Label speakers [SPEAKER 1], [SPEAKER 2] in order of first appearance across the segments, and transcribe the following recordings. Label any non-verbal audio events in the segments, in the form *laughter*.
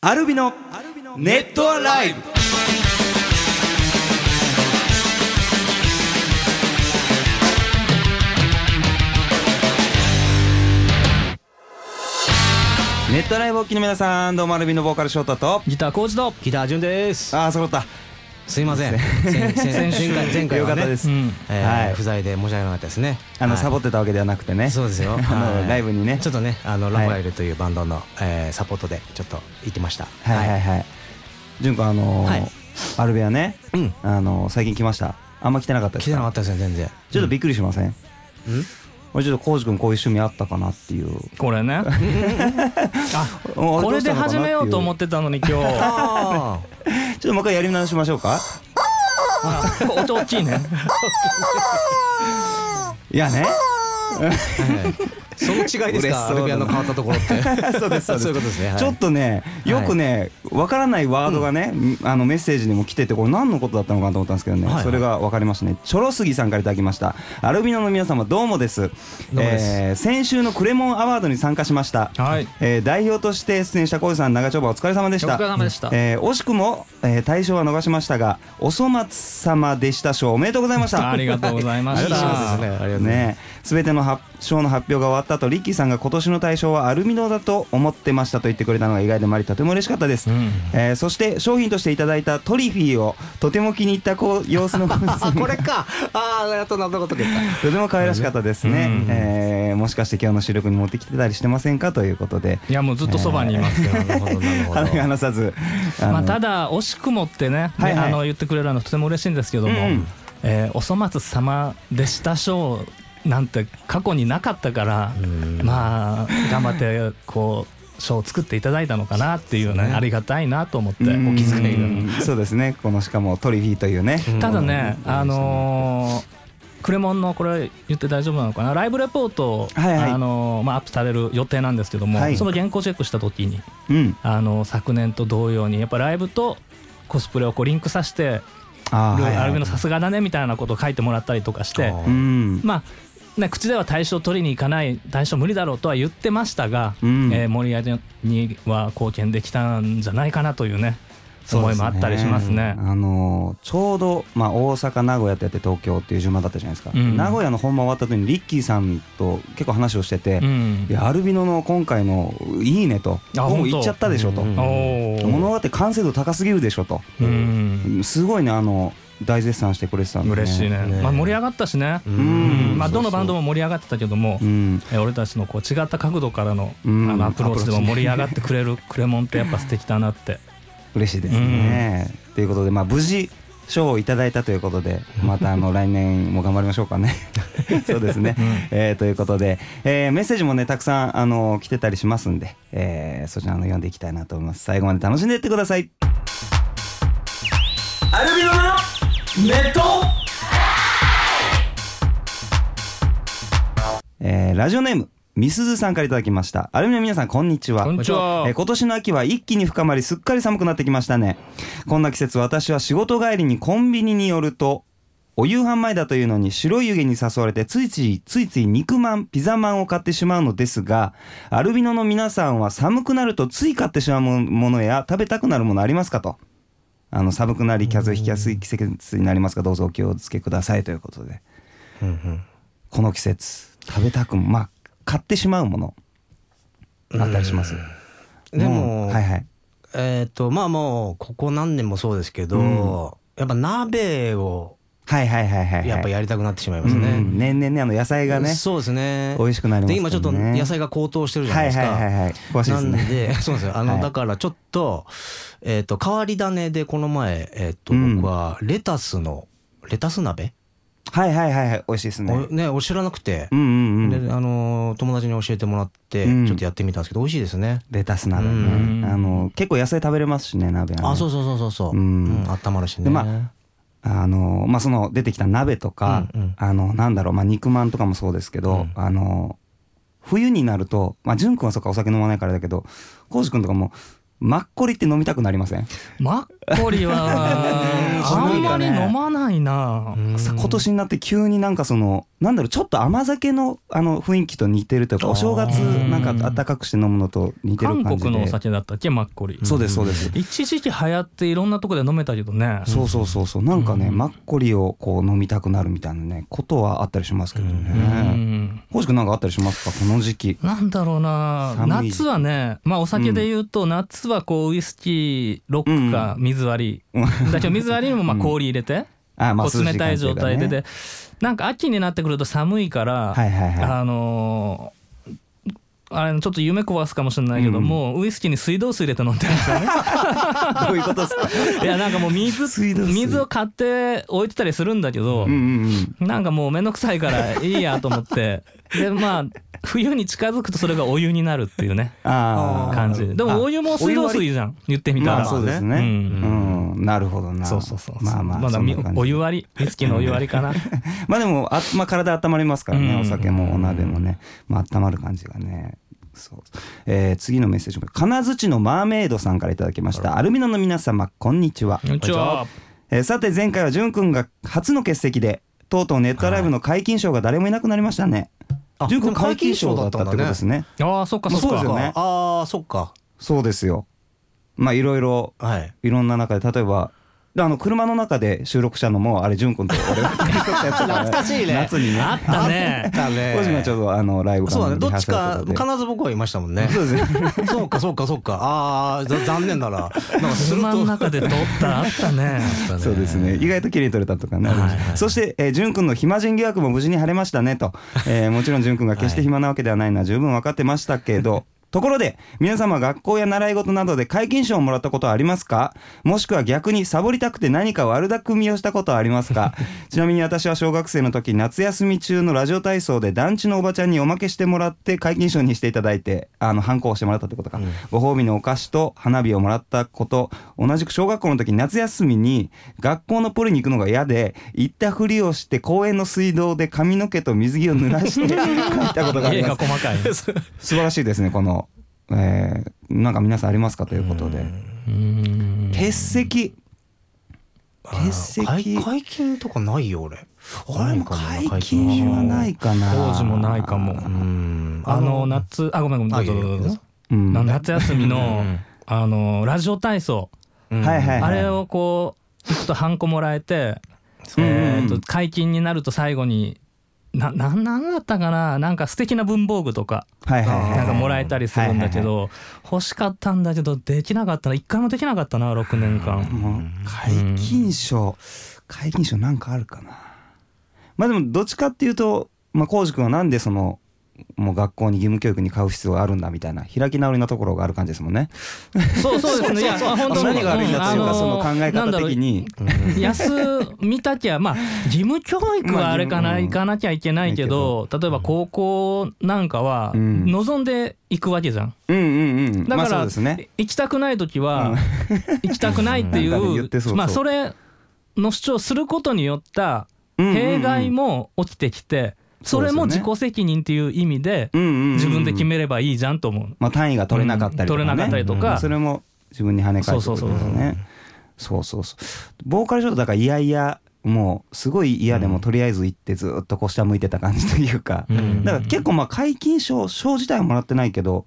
[SPEAKER 1] アルビのネットアライブネットアライブをお聞きの皆さんどうもアルビのボーカル翔太と
[SPEAKER 2] ギターコーチと
[SPEAKER 3] ギター順です。
[SPEAKER 1] ああ揃った
[SPEAKER 3] すいません。先先週回前回
[SPEAKER 1] よか
[SPEAKER 3] は
[SPEAKER 1] ったで
[SPEAKER 3] ね、
[SPEAKER 1] す、
[SPEAKER 2] うん
[SPEAKER 3] え
[SPEAKER 1] は
[SPEAKER 3] ー
[SPEAKER 1] い
[SPEAKER 3] 不在で申し訳なかったですね。
[SPEAKER 1] あの
[SPEAKER 3] はい
[SPEAKER 1] サボってたわけではなくてね
[SPEAKER 3] そうですよ。
[SPEAKER 1] *laughs* あの
[SPEAKER 3] はい
[SPEAKER 1] ライブにね
[SPEAKER 3] ちょっとね、あのラファエルというバンドのえーサポートでちょっと行ってました。
[SPEAKER 1] はいはいはい純子あのー
[SPEAKER 3] はい
[SPEAKER 1] アルビはね
[SPEAKER 3] うん。
[SPEAKER 1] あのー最近来ましたあんま来てなかったで
[SPEAKER 3] 来
[SPEAKER 1] す
[SPEAKER 3] てなかったですね全然。
[SPEAKER 1] ちょっとびっくりしません、
[SPEAKER 3] うん
[SPEAKER 1] 俺ちょっと浩司君こういう趣味あったかなっていう
[SPEAKER 2] これねあこれで始めようと思
[SPEAKER 1] っ
[SPEAKER 2] ってたのに今日
[SPEAKER 3] あ
[SPEAKER 1] てちょっともう一回やり直しましょうか
[SPEAKER 2] ほら音大きいね
[SPEAKER 1] いやね
[SPEAKER 3] あ。はいその違いです
[SPEAKER 1] 嬉しそうだな
[SPEAKER 3] か。アルビアの変わったところって。
[SPEAKER 1] そうですそうです
[SPEAKER 3] そういうことですね。はい
[SPEAKER 1] ちょっとねよくねわからないワードがね、あのメッセージにも来ててこれ何のことだったのかなと思ったんですけどね、
[SPEAKER 3] はいはい
[SPEAKER 1] それが分かりましたねチョロスギさんからいただきましたアルビノの皆様どうもです
[SPEAKER 3] どうもです
[SPEAKER 1] えー先週のクレモンアワードに参加しました、
[SPEAKER 2] はい
[SPEAKER 1] えー代表として出演した浩司さん長丁場お疲れ様でした
[SPEAKER 2] お疲れ様でした
[SPEAKER 1] えー惜しくも、えー大賞は逃しましたがお粗末様でした賞おめでとうございました
[SPEAKER 2] ありがとうございま
[SPEAKER 3] い
[SPEAKER 2] し
[SPEAKER 3] い仕事
[SPEAKER 2] た
[SPEAKER 3] ですね。ありがとうございます。
[SPEAKER 1] ねすべての発賞の発表が終わった後リッキーさんが今年の大賞はアルミノだと思ってましたと言ってくれたのが意外でもありとても嬉しかったです、
[SPEAKER 2] うん
[SPEAKER 1] えーそして商品としていただいたトリフィーをとても気に入ったこう様子の *laughs*
[SPEAKER 3] あこ
[SPEAKER 1] と
[SPEAKER 3] れか。ああやっと謎が解け
[SPEAKER 1] て
[SPEAKER 3] た。
[SPEAKER 1] も可愛らしかったですね、
[SPEAKER 2] うん
[SPEAKER 1] えーもしかして今日の収録に持ってきてたりしてませんかということで
[SPEAKER 2] いやもうずっとそばにいますよ
[SPEAKER 3] なるほ
[SPEAKER 1] *laughs*
[SPEAKER 3] どなるほど。
[SPEAKER 1] 花が離さずあの
[SPEAKER 2] まあただ惜しくもってね
[SPEAKER 1] はい
[SPEAKER 2] ね
[SPEAKER 1] はい
[SPEAKER 2] あの言ってくれるのはとても嬉しいんですけども
[SPEAKER 1] うん
[SPEAKER 2] えーお粗末様でした賞なんて過去になかったから
[SPEAKER 3] うん
[SPEAKER 2] まあ頑張ってこう賞を作っていただいたのかなっていうねありがたいなと思ってお
[SPEAKER 1] うん
[SPEAKER 2] 気遣いが
[SPEAKER 1] そうですねこのしかもトリフィーというね、
[SPEAKER 3] うん
[SPEAKER 2] ただね、
[SPEAKER 3] うん
[SPEAKER 2] あのー、クレモンのこれ言って大丈夫なのかなライブレポートを、
[SPEAKER 1] はいはい
[SPEAKER 2] あのーまあ、アップされる予定なんですけども、
[SPEAKER 1] はい
[SPEAKER 2] その原稿チェックした時に、
[SPEAKER 1] うん
[SPEAKER 2] あのー昨年と同様にやっぱライブとコスプレをこうリンクさせて
[SPEAKER 1] あーはい
[SPEAKER 2] アル
[SPEAKER 1] は
[SPEAKER 2] ビ
[SPEAKER 1] い
[SPEAKER 2] のさすがだねみたいなことを書いてもらったりとかして
[SPEAKER 3] あー
[SPEAKER 1] うん
[SPEAKER 2] まあね、口では大賞取りに行かない大賞無理だろうとは言ってましたが、
[SPEAKER 1] うん
[SPEAKER 2] えー盛り上げには貢献できたんじゃないかなというね
[SPEAKER 1] そう
[SPEAKER 2] 思
[SPEAKER 1] で
[SPEAKER 2] い
[SPEAKER 1] すね
[SPEAKER 2] もあったりしますね。
[SPEAKER 1] あのーちょうど、まあ、大阪名古屋ってやって東京っていう順番だったじゃないですか、
[SPEAKER 2] うん
[SPEAKER 1] 名古屋の本番終わった時にリッキーさんと結構話をしてて、
[SPEAKER 2] うん
[SPEAKER 1] いやアルビノの今回のいいねと
[SPEAKER 2] あ
[SPEAKER 1] も
[SPEAKER 2] 本
[SPEAKER 1] う
[SPEAKER 2] 当
[SPEAKER 1] 行っちゃったでしょと、
[SPEAKER 3] うん
[SPEAKER 2] おー
[SPEAKER 1] 物語って完成度高すぎるでしょと、
[SPEAKER 2] うん
[SPEAKER 1] すごいねあの大絶賛してくれてたんで、
[SPEAKER 2] 嬉しいね
[SPEAKER 3] ね
[SPEAKER 2] まあ、盛り上がったしね、
[SPEAKER 1] ん
[SPEAKER 2] まあ、
[SPEAKER 1] そう
[SPEAKER 2] どのバンドも盛り上がってたけども、
[SPEAKER 1] うん
[SPEAKER 2] え俺たちのこう違った角度からの,、
[SPEAKER 1] うん
[SPEAKER 2] あのアプローチでも
[SPEAKER 1] アプローチ
[SPEAKER 2] 盛り上がってくれる *laughs* クレモンってやっぱ素敵だなって
[SPEAKER 1] 嬉しいですね、ということで、まあ、無事賞をいただいたということでまたあ *laughs* の来年も頑張りましょうか *laughs* ねそうですね、えーということで、えーメッセージもねたくさんあの来てたりしますんで、えーそちらの読んでいきたいなと思います最後まで楽しんでいってください
[SPEAKER 4] アルビノのネット
[SPEAKER 1] えーラジオネームみすずさんからいただきましたアルミの皆さんこんにちは
[SPEAKER 2] こんにちは
[SPEAKER 1] えー今年の秋は一気に深まりすっかり寒くなってきましたねこんな季節私は仕事帰りにコンビニに寄るとお夕飯前だというのに白い湯気に誘われてついついついつい肉まんピザまんを買ってしまうのですがアルビノの皆さんは寒くなるとつい買ってしまうものや食べたくなるものありますかとあの寒くなり風邪をひきやすい季節になりますがどうぞお気をつけくださいということで
[SPEAKER 3] うんうん
[SPEAKER 1] この季節食べたくもまあ買ってしまうものあったりします
[SPEAKER 3] で
[SPEAKER 1] う
[SPEAKER 3] も、
[SPEAKER 1] んはいはい
[SPEAKER 3] えっ、とまあもうここ何年もそうですけど、
[SPEAKER 1] うん
[SPEAKER 3] やっぱ鍋を
[SPEAKER 1] はいはいはいはいはい
[SPEAKER 3] やっぱやりたくなってしまいます
[SPEAKER 1] うん
[SPEAKER 3] ね。
[SPEAKER 1] うん年々ねあの野菜がね
[SPEAKER 3] そうですね。
[SPEAKER 1] 美味しくなりますからね
[SPEAKER 3] で今ちょっと野菜が高騰してるじゃな
[SPEAKER 1] はい
[SPEAKER 3] いです
[SPEAKER 1] は
[SPEAKER 3] か。
[SPEAKER 1] いはいはい詳しいです
[SPEAKER 3] なん
[SPEAKER 1] ね
[SPEAKER 3] で、 *laughs* そうなんですよ。あの、
[SPEAKER 1] はい
[SPEAKER 3] だからちょっと、えっ、と、変わり種でこの前、えっ、と、
[SPEAKER 1] うん
[SPEAKER 3] 僕はレタスの、レタス鍋、
[SPEAKER 1] はいはいはいはい美味しいですね
[SPEAKER 3] おね、お知らなくて
[SPEAKER 1] う、んうんうん
[SPEAKER 3] であのー、友達に教えてもらって、
[SPEAKER 1] うん
[SPEAKER 3] ちょっとやってみたんですけど、美味しいですね。
[SPEAKER 1] レタス鍋
[SPEAKER 2] うん
[SPEAKER 1] ねあの結構野菜食べれますしね鍋はね
[SPEAKER 3] あ、そうそうそうそうそう。
[SPEAKER 1] う
[SPEAKER 3] うんん、温まるしね。
[SPEAKER 1] でまあのまあその出てきた鍋とか
[SPEAKER 3] うんうん
[SPEAKER 1] あのなんだろうまあ肉まんとかもそうですけ
[SPEAKER 3] う
[SPEAKER 1] ど
[SPEAKER 3] ん
[SPEAKER 1] あの冬になるとまあ潤くんはそっかお酒飲まないからだけど浩司くんとかもマッコリって飲みたくなりません
[SPEAKER 2] マッコリは *laughs* あんまり飲まないな
[SPEAKER 1] さ今年になって急になんかそのなんだろうちょっと甘酒のあの雰囲気と似てるというかお正月なんか暖かくして飲むのと似てる
[SPEAKER 2] 韓
[SPEAKER 1] 感じで
[SPEAKER 2] 国のお酒だったっけマッコリ
[SPEAKER 1] そうですそうです、
[SPEAKER 2] 一時期流行っていろんなとこで飲めたけどね
[SPEAKER 1] そうそうそうそうなんかね、
[SPEAKER 2] うん
[SPEAKER 1] マッコリをこう飲みたくなるみたいなねことはあったりしますけど
[SPEAKER 2] う
[SPEAKER 1] ね
[SPEAKER 2] ん
[SPEAKER 1] 欲しくなんかあったりしますかこの時期
[SPEAKER 2] なんだろうな
[SPEAKER 1] 寒い
[SPEAKER 2] 夏はねまあお酒で言うと夏はこうウイスキーロックか水割り
[SPEAKER 1] *laughs* うん
[SPEAKER 2] だけど水割りにもまあ氷入れて
[SPEAKER 1] あま
[SPEAKER 2] こ
[SPEAKER 1] あ
[SPEAKER 2] う冷たい状態で
[SPEAKER 1] 涼し
[SPEAKER 2] でなんか秋になってくると寒いから
[SPEAKER 1] 感というかねはいはいはい
[SPEAKER 2] あのーあれちょっと夢壊すかもしれないけど、
[SPEAKER 1] うん
[SPEAKER 2] もうウイスキーに水道水入れて飲んでるんです
[SPEAKER 1] *laughs*
[SPEAKER 2] よね
[SPEAKER 1] どういうことですか
[SPEAKER 2] いやなんかもう水
[SPEAKER 1] 水道水
[SPEAKER 2] 水を買って置いてたりするんだけど、
[SPEAKER 1] うんうんうん
[SPEAKER 2] なんかもうめんどくさいからいいやと思ってでまあ冬に近づくとそれがお湯になるっていうね
[SPEAKER 1] ああ
[SPEAKER 2] 感じでもお湯も水道水じゃん言ってみたら、
[SPEAKER 1] まあそうですね
[SPEAKER 2] う
[SPEAKER 1] うんん、なるほどな
[SPEAKER 2] そうそうそう
[SPEAKER 1] まあまあ
[SPEAKER 2] まだ
[SPEAKER 1] そんな
[SPEAKER 2] み
[SPEAKER 1] 感じ
[SPEAKER 2] お湯割りウイスキーのお湯割りかな
[SPEAKER 1] まあでもあ、まあ、体温まりますからね、
[SPEAKER 2] うん
[SPEAKER 1] お酒もお鍋もね、まあ温まる感じがねそう、えー次のメッセージ金槌のマーメイドさんからいただきましたアルミノの皆様こんにちは、
[SPEAKER 2] こんにちは
[SPEAKER 1] えーさて前回は淳くんが初の欠席でとうとうネットライブの解禁賞が誰もいなくなりましたね
[SPEAKER 3] あ
[SPEAKER 1] 淳くん
[SPEAKER 3] でも
[SPEAKER 1] 解禁賞だったってことですね
[SPEAKER 2] ああそっかそっか
[SPEAKER 1] そうですよね
[SPEAKER 3] ああそっか
[SPEAKER 1] そうですよまあいろいろ
[SPEAKER 3] はい
[SPEAKER 1] いろんな中で例えばあの車の中で収録したのもあれ淳くんと
[SPEAKER 3] *laughs*
[SPEAKER 1] 俺が撮ったやつ懐
[SPEAKER 3] かしいね
[SPEAKER 1] 夏にね
[SPEAKER 2] あったね
[SPEAKER 3] だね
[SPEAKER 1] 小島ちょうどあのライブ
[SPEAKER 3] そうだねどっち
[SPEAKER 1] リハーサ
[SPEAKER 3] か
[SPEAKER 1] ルと
[SPEAKER 3] 必
[SPEAKER 1] か
[SPEAKER 3] ず僕はいましたもんね
[SPEAKER 1] でそうですね
[SPEAKER 3] *laughs* そうかそうかそうかああ残念だななんかする
[SPEAKER 2] 車の
[SPEAKER 3] と
[SPEAKER 2] 中で撮ったあったね
[SPEAKER 1] そうですね意外と綺麗に撮れたとかね、そして、えー、淳君の暇人疑惑も無事に晴れましたねと、
[SPEAKER 3] *laughs*
[SPEAKER 1] えーもちろん淳君が決して暇なわけではないのは十分分かってましたけどところで皆様学校や習い事などで皆勤賞をもらったことはありますかもしくは逆にサボりたくて何か悪巧みをしたことはあります
[SPEAKER 3] *laughs*
[SPEAKER 1] かちなみに私は小学生の時夏休み中のラジオ体操で団地のおばちゃんにおまけしてもらって皆勤賞にしていただいてあの反抗してもらったってことか、ご褒美のお菓子と花火をもらったこと同じく小学校の時夏休みに学校のプールに行くのが嫌で行ったふりをして公園の水道で髪の毛と水着を濡らして帰ったことがあり
[SPEAKER 2] 家
[SPEAKER 1] ま
[SPEAKER 2] が
[SPEAKER 1] す
[SPEAKER 2] 細かい
[SPEAKER 1] 素晴らしいですねこの、えーなんか皆さんありますかということで
[SPEAKER 2] うん
[SPEAKER 1] 欠席欠席
[SPEAKER 3] 解解禁とかないよ俺
[SPEAKER 1] これも
[SPEAKER 3] ないか
[SPEAKER 1] 解禁はないかな
[SPEAKER 2] 当時もないかも
[SPEAKER 3] うーん
[SPEAKER 2] あの夏あごめんごめん
[SPEAKER 3] あ
[SPEAKER 2] どうぞどうぞ
[SPEAKER 3] いいよいいよ
[SPEAKER 2] どうぞ
[SPEAKER 1] うん
[SPEAKER 2] あの
[SPEAKER 1] は
[SPEAKER 2] 夏休みの
[SPEAKER 3] うん
[SPEAKER 2] あのラジオ体操
[SPEAKER 3] う
[SPEAKER 1] い
[SPEAKER 3] ん
[SPEAKER 1] はいはい
[SPEAKER 2] あれをこう行くとハンコもらえて
[SPEAKER 1] うん
[SPEAKER 2] えーと解禁になると最後になななんだったかななんか素敵な文房具とか
[SPEAKER 1] はいはいはい
[SPEAKER 2] なんかもらえたりするんだけど欲しかったんだけどできなかったな一回もできなかったな6
[SPEAKER 1] *laughs*
[SPEAKER 2] 年間
[SPEAKER 1] もう解禁賞解禁賞なんかあるかなまあでもどっちかっていうとまあ浩司君はなんでそのもう学校に義務教育に買う必要があるんだみたいな開き直りなところがある感じですもんね。
[SPEAKER 2] そうそうですねいや本当
[SPEAKER 1] 何が悪いんだというかその考え
[SPEAKER 2] なんだ
[SPEAKER 1] 方
[SPEAKER 2] ろう
[SPEAKER 1] 的に。
[SPEAKER 2] 休みたきゃまあ義務教育はあれか
[SPEAKER 1] まあ
[SPEAKER 2] な
[SPEAKER 1] 義務
[SPEAKER 2] 行かなきゃいけないけど例えば高校なんかは
[SPEAKER 1] うん
[SPEAKER 2] 望んで行くわけじゃん
[SPEAKER 1] うんうんうん。
[SPEAKER 2] だ
[SPEAKER 1] まあ
[SPEAKER 2] か
[SPEAKER 1] そう
[SPEAKER 2] ら
[SPEAKER 1] ですね。
[SPEAKER 2] 行きたくない時は *laughs* 行きたくないってい
[SPEAKER 1] なんかね言ってそうそうう
[SPEAKER 2] まあそれの主張することによった
[SPEAKER 1] うんうんうん
[SPEAKER 2] 弊害も起きてきてそれも自己責任っていう意味で
[SPEAKER 1] うんうんうん
[SPEAKER 2] 自分で決。めればいいじゃんと思う
[SPEAKER 1] まあ単位が取れなかったりとかね。
[SPEAKER 2] うん取れなかったりとか
[SPEAKER 1] うんそれも自分に跳ね返ってくるからね。そうそうそう。ボーカルショートだからいやいやもうすごい嫌でもとりあえず行ってずっとこう下向いてた感じというか。
[SPEAKER 2] うん
[SPEAKER 1] だから結構まあ皆勤賞賞自体はもらってないけど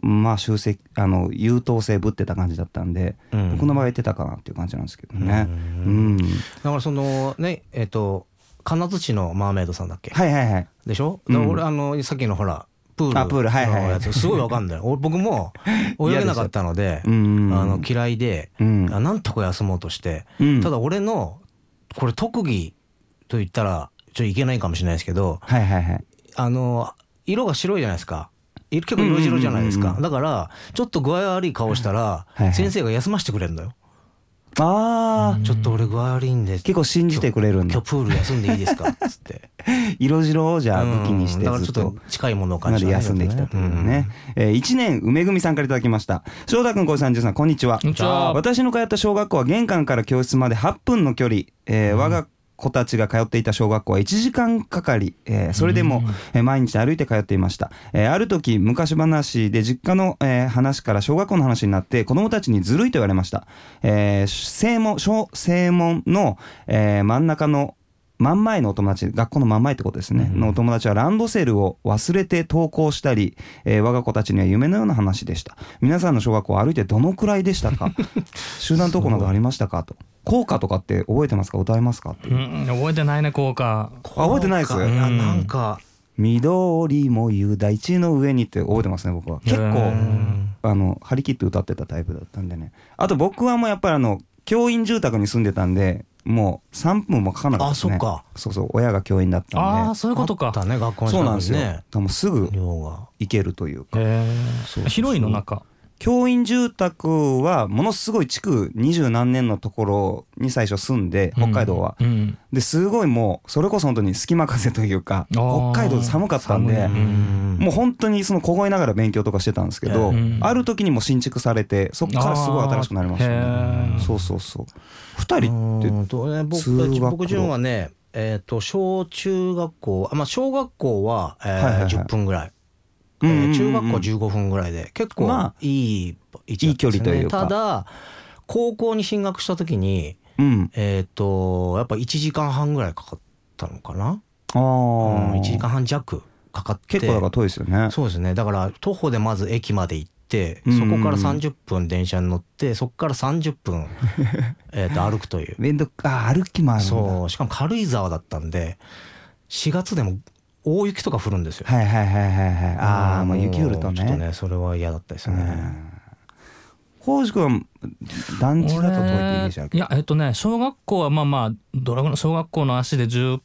[SPEAKER 1] まあ修正あの優等生ぶってた感じだったんで、
[SPEAKER 3] うん
[SPEAKER 1] 僕の場合出たかなっていう感じなんですけどね。うん、
[SPEAKER 3] だからそのねえっ、と金槌のマーメイドさんだっけ、
[SPEAKER 1] はいはいはい。
[SPEAKER 3] でしょ、
[SPEAKER 1] うん
[SPEAKER 3] だから俺あのさっきのほらプール
[SPEAKER 1] あプールはいはいはい
[SPEAKER 3] のやつすごいわかんない俺僕も
[SPEAKER 1] *laughs*
[SPEAKER 3] 泳げなかったので
[SPEAKER 1] うん、
[SPEAKER 3] あの嫌いで、
[SPEAKER 1] うん
[SPEAKER 3] あなんとか休もうとして、
[SPEAKER 1] うん
[SPEAKER 3] ただ俺のこれ特技と言ったらちょっといけないかもしれないですけど
[SPEAKER 1] はいはいはい。
[SPEAKER 3] あの色が白いじゃないですかい結構色白じゃないです
[SPEAKER 1] うん
[SPEAKER 3] か
[SPEAKER 1] うん
[SPEAKER 3] だからちょっと具合悪い顔したら
[SPEAKER 1] いはい
[SPEAKER 3] 先生が休ませてくれるんだよ
[SPEAKER 1] ああ、
[SPEAKER 3] ちょっと俺具合悪いんで
[SPEAKER 1] 結構信じてくれるん
[SPEAKER 3] 今日
[SPEAKER 1] だ。
[SPEAKER 3] プール休んでいいですかっ
[SPEAKER 1] *laughs*
[SPEAKER 3] つって
[SPEAKER 1] 色白をじゃあ武器にして
[SPEAKER 3] うんだから
[SPEAKER 1] ず
[SPEAKER 3] ちょ
[SPEAKER 1] っ
[SPEAKER 3] っと
[SPEAKER 1] と。
[SPEAKER 3] 近いものを感
[SPEAKER 1] な
[SPEAKER 3] じ
[SPEAKER 1] で
[SPEAKER 3] た
[SPEAKER 1] 休んできたというね。えー、1年、梅組さんからいただきました。翔太君、小井さん、じゅうさん、こんにちは。
[SPEAKER 2] こんにちは
[SPEAKER 1] 私の通った小学校は玄関から教室まで8分の距離。えー我が子たちが通っていた小学校は1時間かかり、えーそれでも、えー毎日歩いて通っていました、えーある時昔話で実家の、えー話から小学校の話になって子供たちにずるいと言われました、えー正門小正門の、えー真ん中の真ん前のお友達学校の真ん前ってことですね、のお友達はランドセルを忘れて登校したり、えー我が子たちには夢のような話でした皆さんの小学校は歩いてどのくらいでしたか集団登校などありましたかと校歌とかって覚えてますか歌えますかって
[SPEAKER 2] うん覚えてないね効果
[SPEAKER 1] あ覚えてないです
[SPEAKER 3] やなんか
[SPEAKER 1] 緑も雄大地の上にって覚えてますね僕は結構
[SPEAKER 3] うん
[SPEAKER 1] あの張り切って歌ってたタイプだったんでねあと僕はもうやっぱりあの教員住宅に住んでたんでもう3分もかかなかったですね
[SPEAKER 3] あそっか
[SPEAKER 1] そうそう親が教員だった
[SPEAKER 2] ああ
[SPEAKER 1] ん
[SPEAKER 2] ーそういうこと
[SPEAKER 3] あった
[SPEAKER 2] か
[SPEAKER 3] ね学校
[SPEAKER 1] で
[SPEAKER 3] の
[SPEAKER 1] そうなん
[SPEAKER 3] 近
[SPEAKER 1] です
[SPEAKER 3] くに
[SPEAKER 1] よ、
[SPEAKER 3] ね
[SPEAKER 1] でもすぐ
[SPEAKER 3] 寮が
[SPEAKER 1] 行けるというか
[SPEAKER 2] へ
[SPEAKER 1] そうそうそ
[SPEAKER 2] え
[SPEAKER 1] う
[SPEAKER 2] 広いの中
[SPEAKER 1] 教員住宅はものすごい築二十何年のところに最初住んで北海道は、
[SPEAKER 2] うん
[SPEAKER 1] ですごいもうそれこそ本当に隙間風というか
[SPEAKER 2] あー
[SPEAKER 1] 北海道寒かったんで
[SPEAKER 2] 寒いね
[SPEAKER 3] うん
[SPEAKER 1] もう本当にその凍えながら勉強とかしてたんですけど、
[SPEAKER 2] うん
[SPEAKER 1] ある時にもう新築されてそこからすごい新しくなりました
[SPEAKER 2] あーへ
[SPEAKER 1] ね
[SPEAKER 2] ー
[SPEAKER 1] そうそうそう二人って
[SPEAKER 3] うんとね
[SPEAKER 1] 通学
[SPEAKER 3] 僕
[SPEAKER 1] 路
[SPEAKER 3] 僕順はねえっ、と小中学校あまあ小学校は、えー
[SPEAKER 1] はいはいはい
[SPEAKER 3] 10分ぐら
[SPEAKER 1] う
[SPEAKER 3] い、
[SPEAKER 1] んうんうん
[SPEAKER 3] えー中学校15分ぐらいで結構
[SPEAKER 1] まあ
[SPEAKER 3] いい位置だったんですね
[SPEAKER 1] いい距離というか
[SPEAKER 3] ただ高校に進学した時に
[SPEAKER 1] うん
[SPEAKER 3] えっ、とやっぱ1時間半ぐらいかかったのかな、
[SPEAKER 1] あ
[SPEAKER 3] うん、
[SPEAKER 1] あ
[SPEAKER 3] 1時間半弱かかって
[SPEAKER 1] 結構だから遠いですよね
[SPEAKER 3] そうですねだから徒歩でまず駅まで行って
[SPEAKER 1] う
[SPEAKER 3] そ
[SPEAKER 1] ん
[SPEAKER 3] こから30分電車に乗ってそこから30分
[SPEAKER 1] *laughs*
[SPEAKER 3] えーと歩くという
[SPEAKER 1] めんどくあー歩き回るんだ
[SPEAKER 3] そうしかも軽井沢だったんで4月でも大雪とか降るんですよ
[SPEAKER 1] はいはいはいはいはいああもう雪降ると
[SPEAKER 3] ちょっと
[SPEAKER 1] ね
[SPEAKER 3] ねそれは嫌だったです
[SPEAKER 1] う
[SPEAKER 3] ね
[SPEAKER 1] ん浩司君団地だと遠いってイメージある
[SPEAKER 2] い
[SPEAKER 1] けど
[SPEAKER 2] やえっとね小学校はまあまあどれぐらい小学校の足で10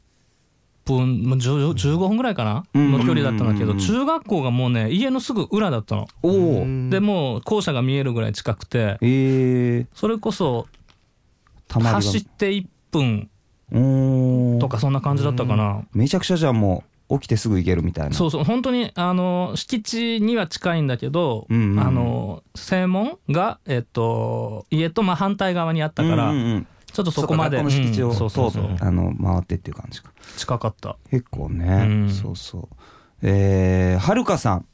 [SPEAKER 2] 分もう10 15分ぐらいかな
[SPEAKER 1] うん
[SPEAKER 2] の距離だったんだけ
[SPEAKER 1] う
[SPEAKER 2] ど
[SPEAKER 1] ん
[SPEAKER 2] 中学校がもうね家のすぐ裏だったの
[SPEAKER 1] おお
[SPEAKER 2] でもう校舎が見えるぐらい近くて
[SPEAKER 1] ええ
[SPEAKER 2] それこそ
[SPEAKER 1] たまり
[SPEAKER 2] 走って1分
[SPEAKER 1] がおー
[SPEAKER 2] とかそんな感じだったかな
[SPEAKER 1] めちゃくちゃじゃあもう起きてすぐ行けるみたいな
[SPEAKER 2] そうそう本当にあの敷地には近いんだけど、
[SPEAKER 1] うんうん
[SPEAKER 2] あの正門が、えっと、家とまあ反対側にあったから、
[SPEAKER 1] うんうんうん
[SPEAKER 2] ちょっとそこまで
[SPEAKER 1] うか学校の敷地
[SPEAKER 2] う
[SPEAKER 1] を
[SPEAKER 2] ん
[SPEAKER 1] 通
[SPEAKER 2] そうそうそう
[SPEAKER 1] ってあの回ってっていう感じか
[SPEAKER 2] 近かった
[SPEAKER 1] 結構ね、
[SPEAKER 2] うん
[SPEAKER 1] そうそうえー、はるかさん、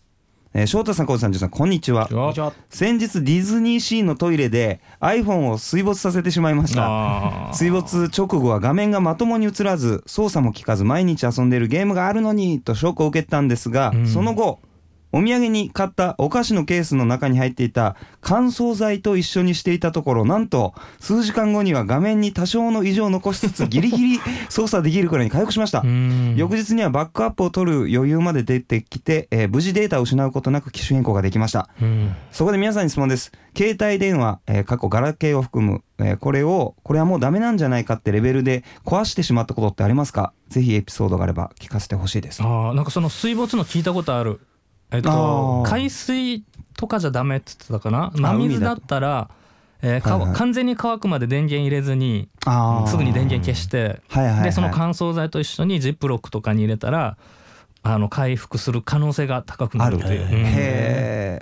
[SPEAKER 1] えー、翔太さん浩司さんじゅんさんこんにちは
[SPEAKER 2] あ
[SPEAKER 1] 先日ディズニーシーのトイレで iPhone を水没させてしまいました
[SPEAKER 2] あー
[SPEAKER 1] 水没直後は画面がまともに映らず操作も効かず毎日遊んでいるゲームがあるのにとショックを受けたんですが、
[SPEAKER 2] うん
[SPEAKER 1] その後お土産に買ったお菓子のケースの中に入っていた乾燥剤と一緒にしていたところなんと数時間後には画面に多少の異常を残しつつギリギリ操作できるくらいに回復しました
[SPEAKER 2] う。ん
[SPEAKER 1] 翌日にはバックアップを取る余裕まで出てきて、えー無事データを失うことなく機種変更ができました
[SPEAKER 2] うん
[SPEAKER 1] そこで皆さんに質問です。携帯電話、えー、過去ガラケーを含む、えーこれを、これはもうダメなんじゃないかってレベルで壊してしまったことってありますかぜひエピソードがあれば聞かせてほしいです。
[SPEAKER 2] あーなんかその水没の聞いたことあるえっ
[SPEAKER 1] あ
[SPEAKER 2] と
[SPEAKER 1] ー
[SPEAKER 2] 海水とかじゃダメって言ってたかな真水だったらえーか
[SPEAKER 1] はいはい
[SPEAKER 2] 完全に乾くまで電源入れずに
[SPEAKER 1] あー
[SPEAKER 2] すぐに電源消して
[SPEAKER 1] はいはい、はい。
[SPEAKER 2] でその乾燥剤と一緒にジップロックとかに入れたらあの回復する可能性が高くな
[SPEAKER 1] あ
[SPEAKER 2] る
[SPEAKER 1] る
[SPEAKER 2] っていう、うん
[SPEAKER 1] へ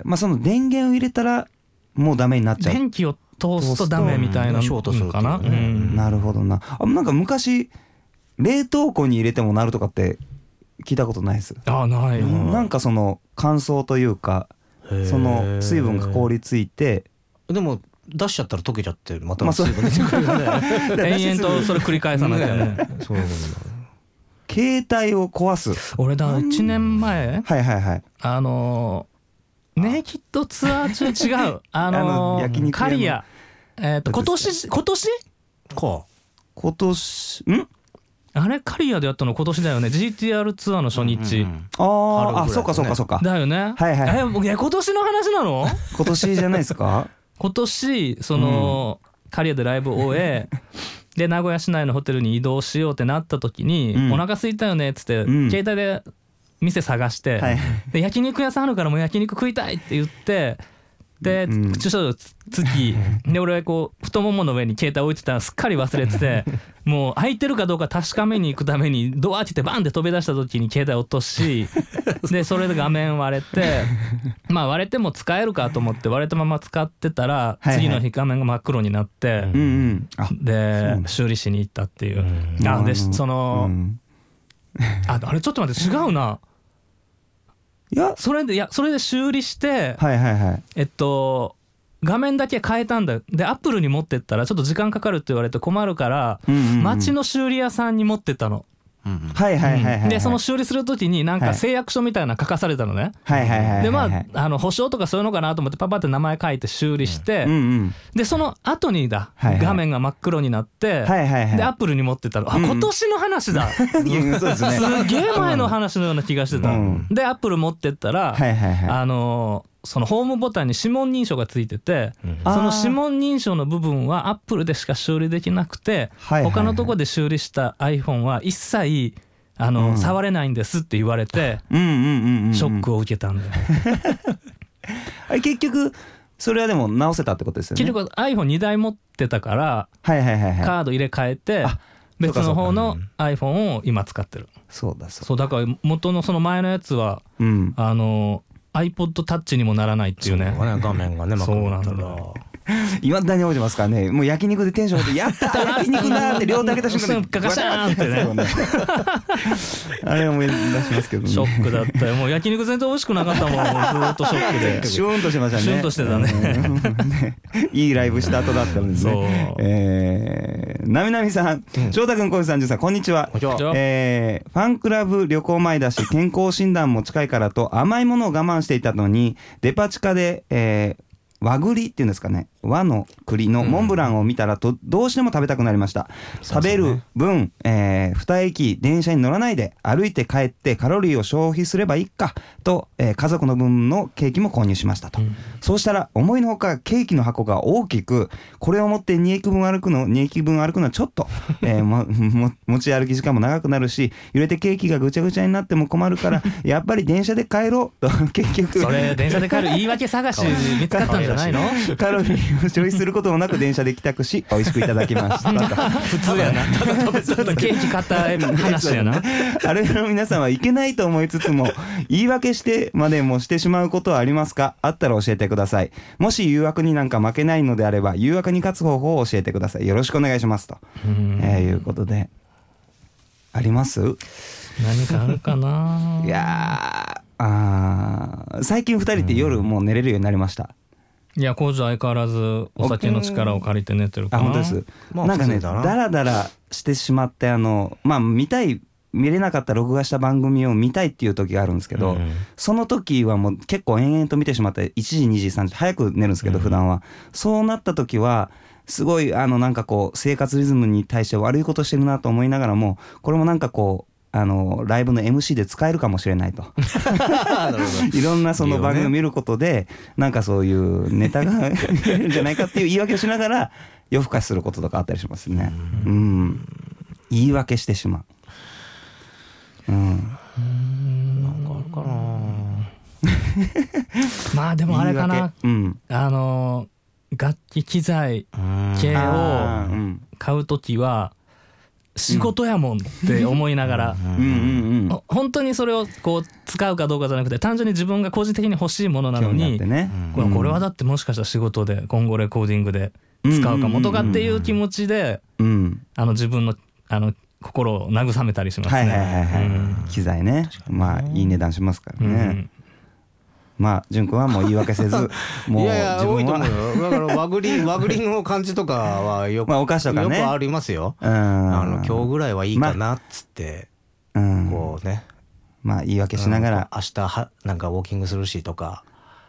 [SPEAKER 1] え。まあその電源を入れたら、もうダメになっちゃう。
[SPEAKER 2] 電気を通すとダメみたいな
[SPEAKER 3] 通すとうんショートするって
[SPEAKER 2] か
[SPEAKER 3] いうね
[SPEAKER 2] な、うん
[SPEAKER 1] なるほどな。あ、なんか昔、冷凍庫に入れてもなるとかって聞いたことないです。
[SPEAKER 2] ああない、
[SPEAKER 1] うんなんかその乾燥というか、その水分が凍
[SPEAKER 3] り
[SPEAKER 1] りついて、
[SPEAKER 3] でも出しちゃったら溶けちゃってまた
[SPEAKER 1] まあそう
[SPEAKER 3] 水分出てくる
[SPEAKER 1] *laughs*
[SPEAKER 3] よね
[SPEAKER 2] 延々とそれ繰り返さなきゃ *laughs* ね
[SPEAKER 3] そうなんだ
[SPEAKER 1] 携帯を壊す。
[SPEAKER 2] 俺だ1年前
[SPEAKER 1] はいはいはい。
[SPEAKER 2] あのーネイキッドツアー中違
[SPEAKER 1] *laughs*
[SPEAKER 2] うあの
[SPEAKER 1] あの焼肉
[SPEAKER 2] ー
[SPEAKER 1] 屋の
[SPEAKER 2] カリアえっと
[SPEAKER 1] ど
[SPEAKER 2] 今
[SPEAKER 1] うです
[SPEAKER 2] 年今年
[SPEAKER 3] か
[SPEAKER 1] 今年ん
[SPEAKER 2] あれカリアでやったの今年だよね GTR ツアーの初日、
[SPEAKER 1] あー、
[SPEAKER 3] 春ぐら
[SPEAKER 1] あ
[SPEAKER 3] い
[SPEAKER 1] そうかそうかそうか
[SPEAKER 2] だよね
[SPEAKER 1] はいはいはい
[SPEAKER 2] え僕え今年の話
[SPEAKER 1] *laughs*
[SPEAKER 2] なの
[SPEAKER 1] 今年じゃないです
[SPEAKER 2] *laughs*
[SPEAKER 1] か
[SPEAKER 2] 今年その、カリアでライブを終
[SPEAKER 1] *laughs*
[SPEAKER 2] えで名古屋市内のホテルに移動しようってなった時に「
[SPEAKER 1] うん
[SPEAKER 2] お腹空いたよね」っつって、
[SPEAKER 1] うん
[SPEAKER 2] 携帯で店探して、
[SPEAKER 1] はい
[SPEAKER 2] で焼肉屋さんあるからもう焼肉食いたいって言ってって、
[SPEAKER 1] うん
[SPEAKER 2] 駐車場つ
[SPEAKER 1] *laughs*
[SPEAKER 2] つきで俺はこう太ももの上に携帯置いてたらすっかり忘れ
[SPEAKER 1] *laughs*
[SPEAKER 2] ててもう空いてるかどうか確かめに行くためにドア開けてバンって飛び出した時に携帯落
[SPEAKER 1] *laughs*
[SPEAKER 2] としでそれで画面割れてまあ割れても使えるかと思って割れたまま使ってたら
[SPEAKER 1] いはい
[SPEAKER 2] 次の日画面が真っ黒になって。
[SPEAKER 1] うんうんあ
[SPEAKER 2] で修理しに行ったっていう、
[SPEAKER 3] うん
[SPEAKER 2] あで
[SPEAKER 1] うん
[SPEAKER 2] その、
[SPEAKER 1] うん
[SPEAKER 2] ああれちょっと待って違うない
[SPEAKER 1] や
[SPEAKER 2] それでいやそれで修理して、
[SPEAKER 1] はいはいはい
[SPEAKER 2] えっと画面だけ変えたんだでアップルに持ってったらちょっと時間かかるって言われて困るから、
[SPEAKER 1] うんうんうん
[SPEAKER 2] 町の修理屋さんに持ってったの、
[SPEAKER 3] うん
[SPEAKER 1] はいはいはいはいはい
[SPEAKER 2] でその修理する時になん
[SPEAKER 1] は
[SPEAKER 2] か
[SPEAKER 1] い
[SPEAKER 2] 誓約書みたいなの書かされたのね、
[SPEAKER 1] はいはいはいはいはい
[SPEAKER 2] でまああの保証とかそういうのかなと思ってパパって名前書いて修理して、
[SPEAKER 1] うんうん
[SPEAKER 2] でその後にだ、
[SPEAKER 1] はいはい
[SPEAKER 2] 画面が真っ黒になっ
[SPEAKER 1] はい
[SPEAKER 2] て、
[SPEAKER 1] はいはい
[SPEAKER 2] でアップルに持ってったら、
[SPEAKER 1] うん
[SPEAKER 2] あ今年の話だ
[SPEAKER 1] いやそうですね
[SPEAKER 2] すげえ前の話のような気がしてた、
[SPEAKER 1] うん
[SPEAKER 2] でアップル持ってったら、
[SPEAKER 1] *laughs* はいはいはい
[SPEAKER 2] あのーそのホームボタンに指紋認証がついてて、
[SPEAKER 3] うん
[SPEAKER 2] そ
[SPEAKER 1] あ
[SPEAKER 2] の
[SPEAKER 1] ー
[SPEAKER 2] 指紋認証の部分はアップルでしか修理できなくて、
[SPEAKER 1] はいはいはい
[SPEAKER 2] 他のとこで修理した iPhone は一切あのー、
[SPEAKER 1] うん
[SPEAKER 2] 触れないんですって言われて、
[SPEAKER 1] うんうんうんうんうん
[SPEAKER 2] ショックを受けた
[SPEAKER 1] *laughs*
[SPEAKER 2] んで、
[SPEAKER 1] あれ結局それはでも直せたってことですよ
[SPEAKER 2] 結
[SPEAKER 1] ね
[SPEAKER 2] 局 iPhone2 台持ってたから
[SPEAKER 1] はいはいはいはい
[SPEAKER 2] カード入れ替えて
[SPEAKER 1] あ
[SPEAKER 2] 別の方
[SPEAKER 3] そう
[SPEAKER 2] の
[SPEAKER 3] かそ
[SPEAKER 2] iPhone を今使ってる
[SPEAKER 1] そうだそう
[SPEAKER 2] そうだから元のその前のやつは
[SPEAKER 1] だうん
[SPEAKER 2] あの iPod タッチにもならないっていうね
[SPEAKER 3] 画面がね、まくなった
[SPEAKER 2] そうな
[SPEAKER 3] ら
[SPEAKER 2] んだ。
[SPEAKER 1] いまだに覚えてますからねもう焼肉でテンション上がって「やっ
[SPEAKER 2] *laughs*
[SPEAKER 1] たー焼肉だ!」って両手上げた瞬間
[SPEAKER 2] うんガシャーンってね
[SPEAKER 1] そうだ *laughs* あれ思い出しますけどね
[SPEAKER 2] ショックだったよもう焼肉全然美味しくなかったもんもうずーっとショ
[SPEAKER 1] *laughs*
[SPEAKER 2] ックで
[SPEAKER 1] シューンとしてましたね
[SPEAKER 2] シューンとしてたね
[SPEAKER 1] うん *laughs* ねいいライブした後だったんです
[SPEAKER 2] そう
[SPEAKER 1] ねえーなみなみさん翔太君小路さんじゅんさんこんにちは
[SPEAKER 3] こんにちは
[SPEAKER 1] えーファンクラブ旅行前だし健康診断も近いからと甘いものを我慢していたのにデパ地下で、えー和栗っていうんですかね和の栗のモンブランを見たらとどうしても食べたくなりました、食べる分、え2駅電車に乗らないで歩いて帰ってカロリーを消費すればいいかと、えー家族の分のケーキも購入しましたと、そうしたら思いのほかケーキの箱が大きくこれを持って2駅分歩くの2駅分歩くのはちょっと、えー *laughs* もも持ち歩き時間も長くなるし揺れてケーキがぐちゃぐちゃになっても困る
[SPEAKER 2] *laughs*
[SPEAKER 1] からやっぱり電車で帰ろうと *laughs* 結局
[SPEAKER 2] それ電車で帰る言い訳探し見つかったんじゃないの
[SPEAKER 1] カロリーを消費することもなく電車で帰宅し美味しくいただきましたと
[SPEAKER 2] 普通や
[SPEAKER 1] *laughs*
[SPEAKER 2] なケーキ買った話やな
[SPEAKER 1] あれの皆さんはいけないと思いつつも言い訳してまでもしてしまうことはありますかあったら教えてくださいもし誘惑になんか負けないのであれば誘惑に勝つ方法を教えてくださいよろしくお願いしますと、
[SPEAKER 2] うん
[SPEAKER 1] えーいうことであります
[SPEAKER 2] 何かあるかない
[SPEAKER 1] やーあー最近2人って夜もう寝れるようになりました、
[SPEAKER 2] いや工事相変わらずお酒の力を借りて寝てるか
[SPEAKER 1] あ
[SPEAKER 2] な
[SPEAKER 1] 本当です、
[SPEAKER 3] まあ
[SPEAKER 1] なんかね
[SPEAKER 3] 普通
[SPEAKER 1] だ
[SPEAKER 3] だな
[SPEAKER 1] らだらしてしまってあのまあ見たい見れなかった録画した番組を見たいっていう時があるんですけど、
[SPEAKER 3] うん
[SPEAKER 1] その時はもう結構延々と見てしまって1時2時3時早く寝るんですけど普段は、そうなった時はすごいあのなんかこう生活リズムに対して悪いことしてるなと思いながらもこれもなんかこうあのライブの MC で使えるかもしれないと
[SPEAKER 3] なるほど
[SPEAKER 1] いろんなその番
[SPEAKER 3] い
[SPEAKER 1] 組
[SPEAKER 3] いよ
[SPEAKER 1] を見ることでなんかそういうネタが *laughs* 見れるんじゃないかっていう言い訳をしながら夜更かしすることとかあったりしますねうん言い訳してしまううん
[SPEAKER 3] なんかあるかな。
[SPEAKER 2] まあでもあれか
[SPEAKER 1] 言い
[SPEAKER 2] な
[SPEAKER 1] 訳うん
[SPEAKER 2] あの楽器機材
[SPEAKER 3] うん
[SPEAKER 2] 系
[SPEAKER 1] あーう
[SPEAKER 2] を
[SPEAKER 1] ん
[SPEAKER 2] 買うときは仕事やもんって思いながら、
[SPEAKER 1] うんうんうん
[SPEAKER 2] ほ本当にそれをこう使うかどうかじゃなくて単純に自分が個人的に欲しいものなの
[SPEAKER 1] 興味あっ
[SPEAKER 2] に
[SPEAKER 1] てね
[SPEAKER 2] これこれはだってもしかしたら仕事で今後レコーディングで使うかもとかっていう気持ちで
[SPEAKER 1] うん
[SPEAKER 2] あの自分のあの心を慰めたりします
[SPEAKER 1] はいはい
[SPEAKER 2] ね。
[SPEAKER 1] はいはい、
[SPEAKER 2] うん
[SPEAKER 1] 機材ねまあいい値段しますから
[SPEAKER 2] う
[SPEAKER 1] ね、
[SPEAKER 2] ん
[SPEAKER 1] まあ淳君はもう言い訳せ
[SPEAKER 3] *laughs*
[SPEAKER 1] ずもう
[SPEAKER 3] い
[SPEAKER 1] 自
[SPEAKER 3] やいや多い
[SPEAKER 1] 分
[SPEAKER 3] と
[SPEAKER 1] は
[SPEAKER 3] 思うよ。だから和
[SPEAKER 1] *laughs*
[SPEAKER 3] 栗和栗の感じとかはよく、
[SPEAKER 1] まあお菓子とかね
[SPEAKER 3] よくありますよ。
[SPEAKER 1] うん
[SPEAKER 3] あの今日ぐらいはいいかなっつって、
[SPEAKER 1] うん
[SPEAKER 3] こうね。
[SPEAKER 1] まあ言い訳しながら、
[SPEAKER 3] 明日はなんかウォーキングするしとか、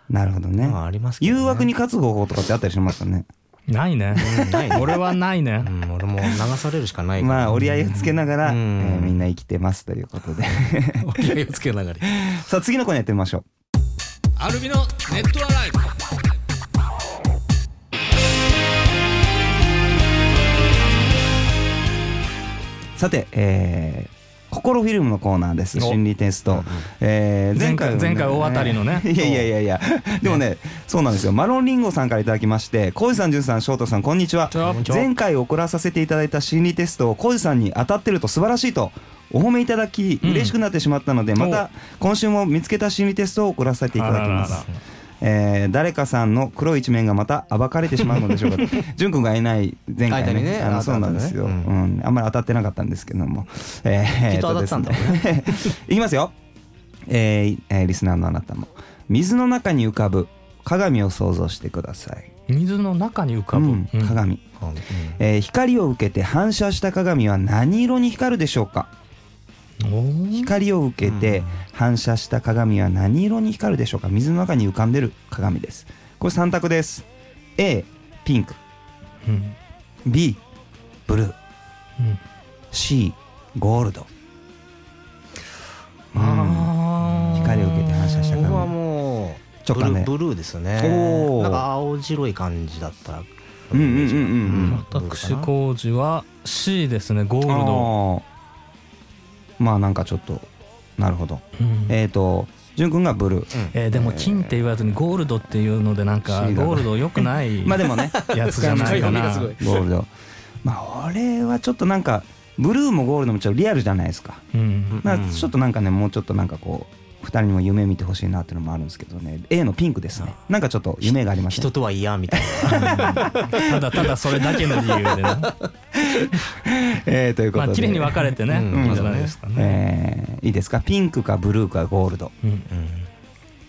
[SPEAKER 1] なるほどね,、
[SPEAKER 3] まあありますけど、ね。
[SPEAKER 1] 誘惑に勝つ方法とかってあったりしますかね
[SPEAKER 2] ないね。
[SPEAKER 3] ないね
[SPEAKER 2] 俺はないね
[SPEAKER 3] う。ん、俺も流されるしかないから
[SPEAKER 1] まあ折り合いをつけながら、
[SPEAKER 3] うん
[SPEAKER 1] えーみんな生きてますということで
[SPEAKER 3] 折り合いをつけながら。
[SPEAKER 1] さあ次のコーナーやってみましょう
[SPEAKER 2] アルビのネットアライブ。
[SPEAKER 1] さて、えー心フィルムのコーナーです
[SPEAKER 2] お
[SPEAKER 1] 心理テスト、えー前回はね
[SPEAKER 2] 前回前回大当たりのね
[SPEAKER 1] *laughs* いやいやいやいやで
[SPEAKER 2] *laughs*
[SPEAKER 1] もねそうなんですよマロンリンゴさんからいただきまして浩二さん潤さん翔太さんこんにちは
[SPEAKER 2] こんにちは
[SPEAKER 1] 前回行らさせていただいた心理テストを浩二さんに当たってると素晴らしいとお褒めいただき
[SPEAKER 2] うん
[SPEAKER 1] 嬉しくなってしまったので、また今週も見つけた心理テストを送らせていただきますえー誰かさんの黒い一面がまた暴かれてしまうのでしょうか淳君がいない前回
[SPEAKER 3] 間
[SPEAKER 1] ね
[SPEAKER 3] にね
[SPEAKER 1] あの
[SPEAKER 3] あ
[SPEAKER 1] そうなんですよ、
[SPEAKER 3] あったん
[SPEAKER 1] う
[SPEAKER 3] だね
[SPEAKER 1] んあんまり当たってなかったんですけども、えー
[SPEAKER 3] きっと当たってたんだろう
[SPEAKER 1] えーとですねいきますよ、えーえーリスナーのあなたも水の中に浮かぶ鏡を想像してください、
[SPEAKER 2] 水の中に浮か
[SPEAKER 1] う
[SPEAKER 2] ぶ、
[SPEAKER 1] ん
[SPEAKER 2] うん
[SPEAKER 1] 鏡、えー光を受けて反射した鏡は何色に光るでしょうか
[SPEAKER 2] おー
[SPEAKER 1] 光を受けて反射した鏡は何色に光るでしょうか水の中に浮かんでる鏡ですこれ3択です A ピンク
[SPEAKER 2] うん
[SPEAKER 1] B ブルー
[SPEAKER 2] うん
[SPEAKER 1] C ゴールドうん
[SPEAKER 2] あー
[SPEAKER 1] 光を受けて反射した
[SPEAKER 3] 僕はもう
[SPEAKER 1] 直
[SPEAKER 3] ブル
[SPEAKER 1] 感で
[SPEAKER 3] ーブルーですね
[SPEAKER 1] おー
[SPEAKER 3] なんか青白い感じだったら
[SPEAKER 1] うんうんうんうん
[SPEAKER 2] 私
[SPEAKER 3] ブルーかな
[SPEAKER 2] 工事は C ですねゴールド、
[SPEAKER 1] あーまあなんかちょっとなるほど
[SPEAKER 2] うん
[SPEAKER 1] えっ、ー、と潤くんがブルー
[SPEAKER 2] えーでも金って言わずにゴールドっていうのでなんか
[SPEAKER 1] C だな
[SPEAKER 2] ゴールド良くない
[SPEAKER 1] *laughs* まあでもね
[SPEAKER 2] やつじゃないかな
[SPEAKER 4] すごい
[SPEAKER 1] *laughs* ゴールドまあ俺はちょっとなんかブルーもゴールドもちょっとリアルじゃないですか
[SPEAKER 2] うん
[SPEAKER 1] まあちょっとなんかねもうちょっとなんかこう2人にも夢見てほしいなっていうのもあるんですけどね A のピンクですねなんかちょっと夢がありました
[SPEAKER 3] 人
[SPEAKER 1] ね
[SPEAKER 3] とは嫌みたいな
[SPEAKER 2] ただただそれだけの
[SPEAKER 1] *laughs*
[SPEAKER 2] 理由でね
[SPEAKER 1] *laughs* えーというこ
[SPEAKER 2] ま
[SPEAKER 1] と
[SPEAKER 2] あ
[SPEAKER 1] で
[SPEAKER 2] 綺麗に分かれてね
[SPEAKER 3] うん
[SPEAKER 2] いいんじゃないですかね
[SPEAKER 1] えーいいですかピンクかブルーかゴールド、
[SPEAKER 2] うん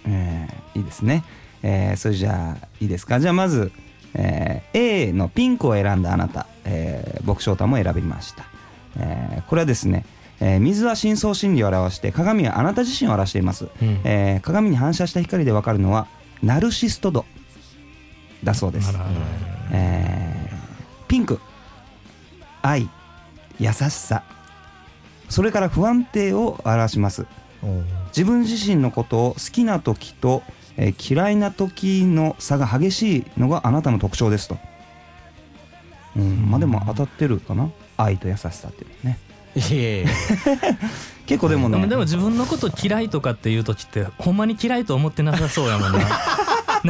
[SPEAKER 1] えーいいですね、えーそれじゃあいいですかじゃあまず、えー A のピンクを選んだあなた、えー僕翔太も選びました、えーこれはですね、えー水は深層心理を表して鏡はあなた自身を表しています、
[SPEAKER 2] うん
[SPEAKER 1] えー鏡に反射した光でわかるのはナルシスト度だそうです
[SPEAKER 2] あらあら
[SPEAKER 1] えーピンク愛優しさそれから不安定を表します自分自身のことを好きな時と、えー嫌いな時の差が激しいのがあなたの特徴ですと、うん、まあでも当たってるかな愛と優しさっていうのね
[SPEAKER 3] いやいや
[SPEAKER 1] 結構でも
[SPEAKER 2] で
[SPEAKER 1] ね
[SPEAKER 2] もでも自分のこと嫌いとかっていう時ってほんまに嫌いと思ってなさそうやもん
[SPEAKER 1] *laughs*
[SPEAKER 2] な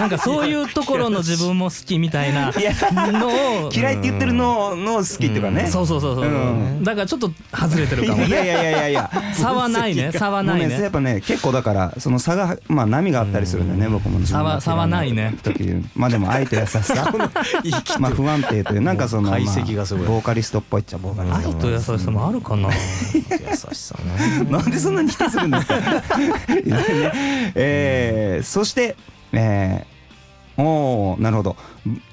[SPEAKER 2] なんかそういうところの自分も好きみたいない *laughs*
[SPEAKER 1] や
[SPEAKER 2] のを
[SPEAKER 1] 嫌いって言ってるのの好きっていうかね、
[SPEAKER 2] そうそうそうそう、
[SPEAKER 1] うん
[SPEAKER 2] だからちょっと外れてるかも
[SPEAKER 1] い
[SPEAKER 2] ね
[SPEAKER 1] やいやいやいやいや
[SPEAKER 2] *laughs* 差はないね差はない
[SPEAKER 1] もうや
[SPEAKER 2] ね
[SPEAKER 1] っぱね結構だからその差がまあ波があったりするんだよね僕も自分が
[SPEAKER 2] 差は差はないね
[SPEAKER 1] 時々まあでも愛と優し
[SPEAKER 2] *laughs*
[SPEAKER 1] さまあ不安定というなんかその
[SPEAKER 3] もう
[SPEAKER 1] まあ
[SPEAKER 3] 解析がすごい
[SPEAKER 1] ボーカリストっぽいっちゃボーカリス
[SPEAKER 2] 愛
[SPEAKER 1] ト
[SPEAKER 2] と優しさもあるかな
[SPEAKER 3] 優しさね
[SPEAKER 1] *laughs* なんでそんなに否定するんですか *laughs* ねえーそしてえーおーなるほど、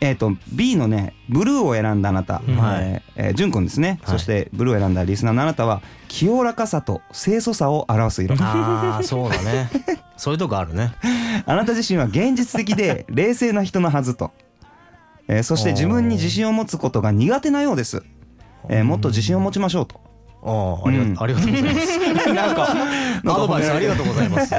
[SPEAKER 1] えー、と B のねブルーを選んだあなた、
[SPEAKER 2] うん
[SPEAKER 1] えーえー、純君ですね、
[SPEAKER 3] はい
[SPEAKER 1] そしてブルーを選んだリスナーのあなたは清らかさと清楚さを表
[SPEAKER 3] *laughs*
[SPEAKER 1] す色
[SPEAKER 3] ああそうだねそういうとこあるね
[SPEAKER 1] あなた自身は現実的で冷静な人のはずと、えーそして自分に自信を持つことが苦手なようです、えーもっと自信を持ちましょうと
[SPEAKER 3] ああありが
[SPEAKER 1] うん
[SPEAKER 3] ありがとうございます
[SPEAKER 1] なんか
[SPEAKER 3] アドバイスありが
[SPEAKER 1] と
[SPEAKER 3] とうございます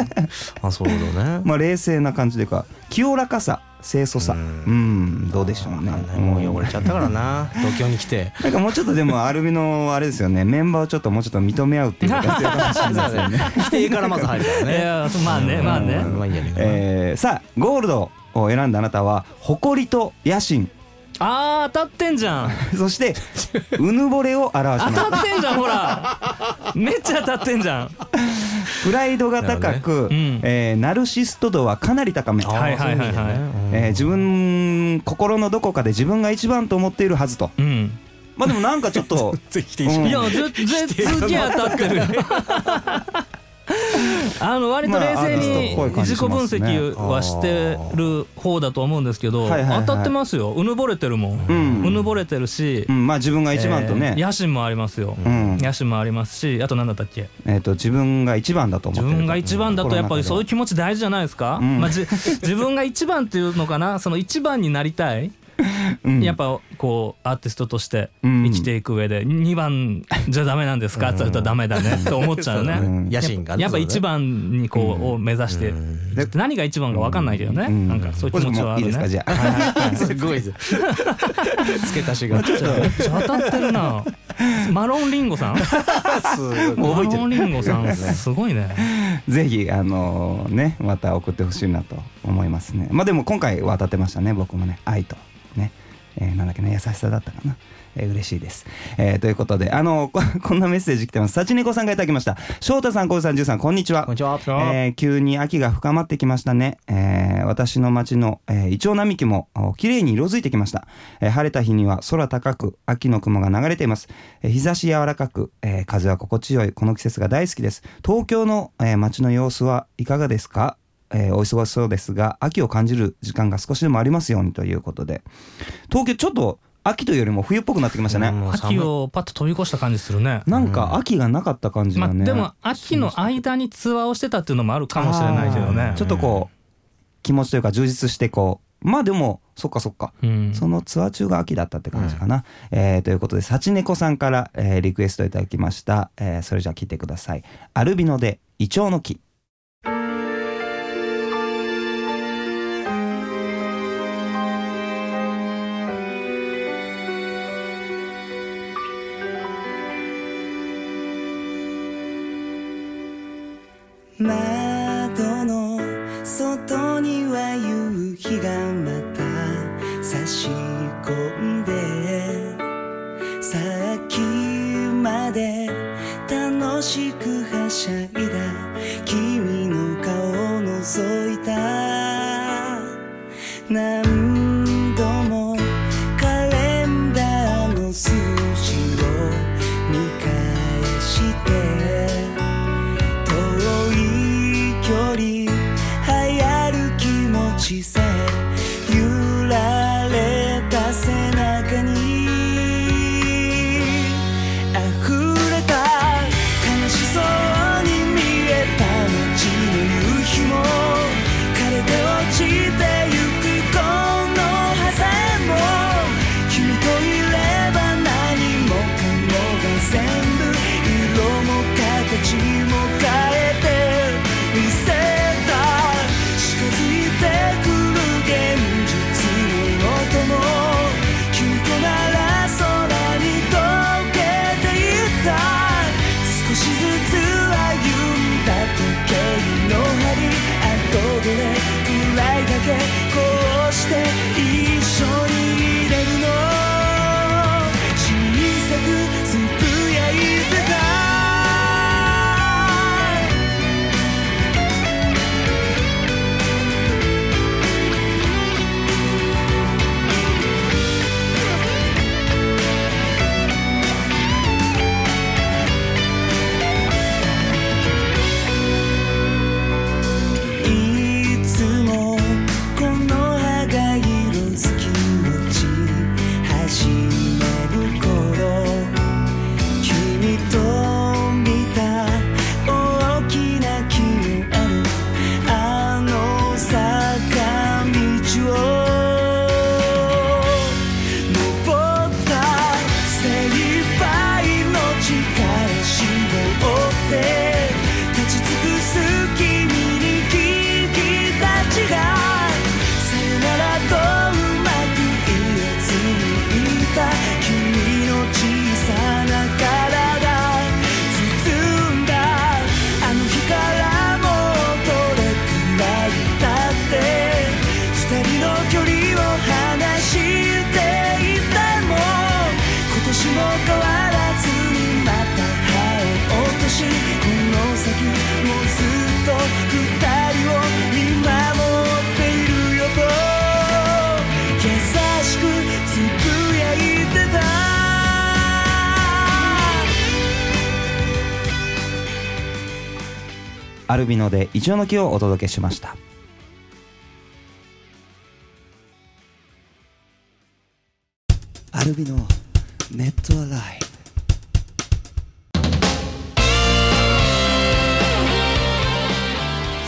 [SPEAKER 3] あそうだね
[SPEAKER 1] まあ冷静な感じというか清らかさ清楚さう
[SPEAKER 3] うんん
[SPEAKER 1] どうでしょうね
[SPEAKER 3] わかんないもう汚れちゃったからな東京に来て
[SPEAKER 1] なんかもうちょっとでもアルビのあれですよねメンバーをちょっともうちょっと認め合うっていうのが必要かもしれないですよね、
[SPEAKER 3] 否定からまず入るから
[SPEAKER 2] い
[SPEAKER 3] ね
[SPEAKER 2] やまあねまあね
[SPEAKER 3] うんまあいいやね
[SPEAKER 1] えーさあゴールドを選んだあなたは誇りと野心
[SPEAKER 2] あー当たってんじゃん
[SPEAKER 1] そしてうぬぼれを表しま
[SPEAKER 2] 当
[SPEAKER 1] す
[SPEAKER 2] たってんじゃんほらめっちゃ当たってんじゃん
[SPEAKER 1] プライドが高く、
[SPEAKER 2] なるほどねうん
[SPEAKER 1] えーナルシスト度はかなり高め、
[SPEAKER 2] はいはいはいはい
[SPEAKER 1] えー自分心のどこかで自分が一番と思っているはずと
[SPEAKER 2] うん
[SPEAKER 1] まあでもなんかちょっと
[SPEAKER 3] 否定
[SPEAKER 1] しない
[SPEAKER 2] いや *laughs* ぜぜすげえ当たってる *laughs* あの割と冷静に
[SPEAKER 1] まあアーティ
[SPEAKER 2] 自
[SPEAKER 1] ス
[SPEAKER 2] 己
[SPEAKER 1] トっぽい
[SPEAKER 2] 分
[SPEAKER 1] 感じしますね
[SPEAKER 2] 析はしてる方だと思うんですけど
[SPEAKER 1] はいはいはい
[SPEAKER 2] 当たってますようぬぼれてるも
[SPEAKER 1] うんん
[SPEAKER 2] うぬぼれてるし
[SPEAKER 1] うん、まあ自分が一番とね、
[SPEAKER 2] えー野心もありますよ
[SPEAKER 1] うん
[SPEAKER 2] 野心もありますしあと何だったっけ
[SPEAKER 1] えー、と自分が一番だと思
[SPEAKER 2] 自
[SPEAKER 1] ってる
[SPEAKER 2] 分が一番だとやっぱりそうい
[SPEAKER 1] *laughs*
[SPEAKER 2] うう気持ち大事じゃないですか、
[SPEAKER 1] ん
[SPEAKER 2] まあ、じ自分が一番っていうのかなその一番になりたい
[SPEAKER 1] うん
[SPEAKER 2] やっぱこうアーティストとして
[SPEAKER 1] うん
[SPEAKER 2] 生きていく上で2番じゃダメなんですかって言われたらダメだねと思っちゃうね。
[SPEAKER 1] うん
[SPEAKER 3] 野心がね
[SPEAKER 2] やっぱ一番にこうを目指して
[SPEAKER 3] うん
[SPEAKER 2] で何が一番か分かんないけどね、
[SPEAKER 1] うん
[SPEAKER 2] なんかそういう
[SPEAKER 1] 小
[SPEAKER 2] 気
[SPEAKER 1] 島
[SPEAKER 2] 持ちは
[SPEAKER 1] も
[SPEAKER 2] あ
[SPEAKER 1] いい
[SPEAKER 2] る
[SPEAKER 1] ですか
[SPEAKER 2] ね。
[SPEAKER 1] じゃあ *laughs*
[SPEAKER 3] すごいです付け足しが
[SPEAKER 2] ちょっと当たってるな。マロンリンゴさん。
[SPEAKER 1] もう
[SPEAKER 2] マ
[SPEAKER 1] 覚えてる
[SPEAKER 2] ロンリンゴさんすごいね。
[SPEAKER 1] ぜひあのねまた送ってほしいなと思いますねまあでも今回は当たってましたね僕もね愛とね、えーなんだっけね優しさだったかな、えー嬉しいです、えーということであのこ *laughs* こんなメッセージ来てます幸猫さんがいただきました翔太さん浩次さん潤さんこんにちは
[SPEAKER 3] こんにちは
[SPEAKER 1] えー急に秋が深まってきましたね、えー私の町の、えー、イチョウ並木もお綺麗に色づいてきました、えー晴れた日には空高く秋の雲が流れています、えー日差し柔らかく、えー風は心地よいこの季節が大好きです東京の、えー町の様子はいかがですか、えーお忙しそうですが秋を感じる時間が少しでもありますようにということで東京ちょっと秋というよりも冬っぽくなってきましたね、
[SPEAKER 3] うん
[SPEAKER 2] 秋をパッと飛び越した感じするね。
[SPEAKER 1] なんか秋がなかった感じ
[SPEAKER 2] ま
[SPEAKER 1] が
[SPEAKER 2] あ
[SPEAKER 1] ね、
[SPEAKER 2] でも秋の間にツアーをしてたっていうのもあるかもしれないけど
[SPEAKER 1] あ
[SPEAKER 2] ね
[SPEAKER 1] ーち。ょっとこう気持ちというか充実してこうまあでもそっかそっか、
[SPEAKER 2] うん
[SPEAKER 1] そのツアー中が秋だったって感じかな、えーということで幸猫さんから、えーリクエストいただきました、えーそれじゃあ聞いてくださいアルビノでイチョウの木
[SPEAKER 5] 窓の外には夕日がまた差し込んでさっきまで楽しくはしゃいだ君の顔を覗いた何度もカレンダーの数字を見返して遠い距離流行る気持ちさえ揺られた背中に溢れた悲しそうに見えた街の夕日も枯れて落ちてゆくこの葉さえも君といれば何もかもが全部色も形も変えてみせた近づいてくる現実の音も君となら空に溶けていった少しずつ歩んだ時計の針後でね暗いだけこうして一緒にいれるの小さくつぶやいてたいつもこの葉が色づき落ち始める頃君と見た大きな木にあるあの坂道を登った精一杯の力絞って立ち尽くす君に君たちがさよならとうまく言えずにいた君の小さな体が包んだあの日からもうどれくらい経って二人の距離を離していたも今年も変わらずにまた葉を落としこの先もうずっと二人を見守っているよと優しくつぶやいてた
[SPEAKER 1] アルビノでイチョウの木をお届けしました
[SPEAKER 5] アルビのネットアライ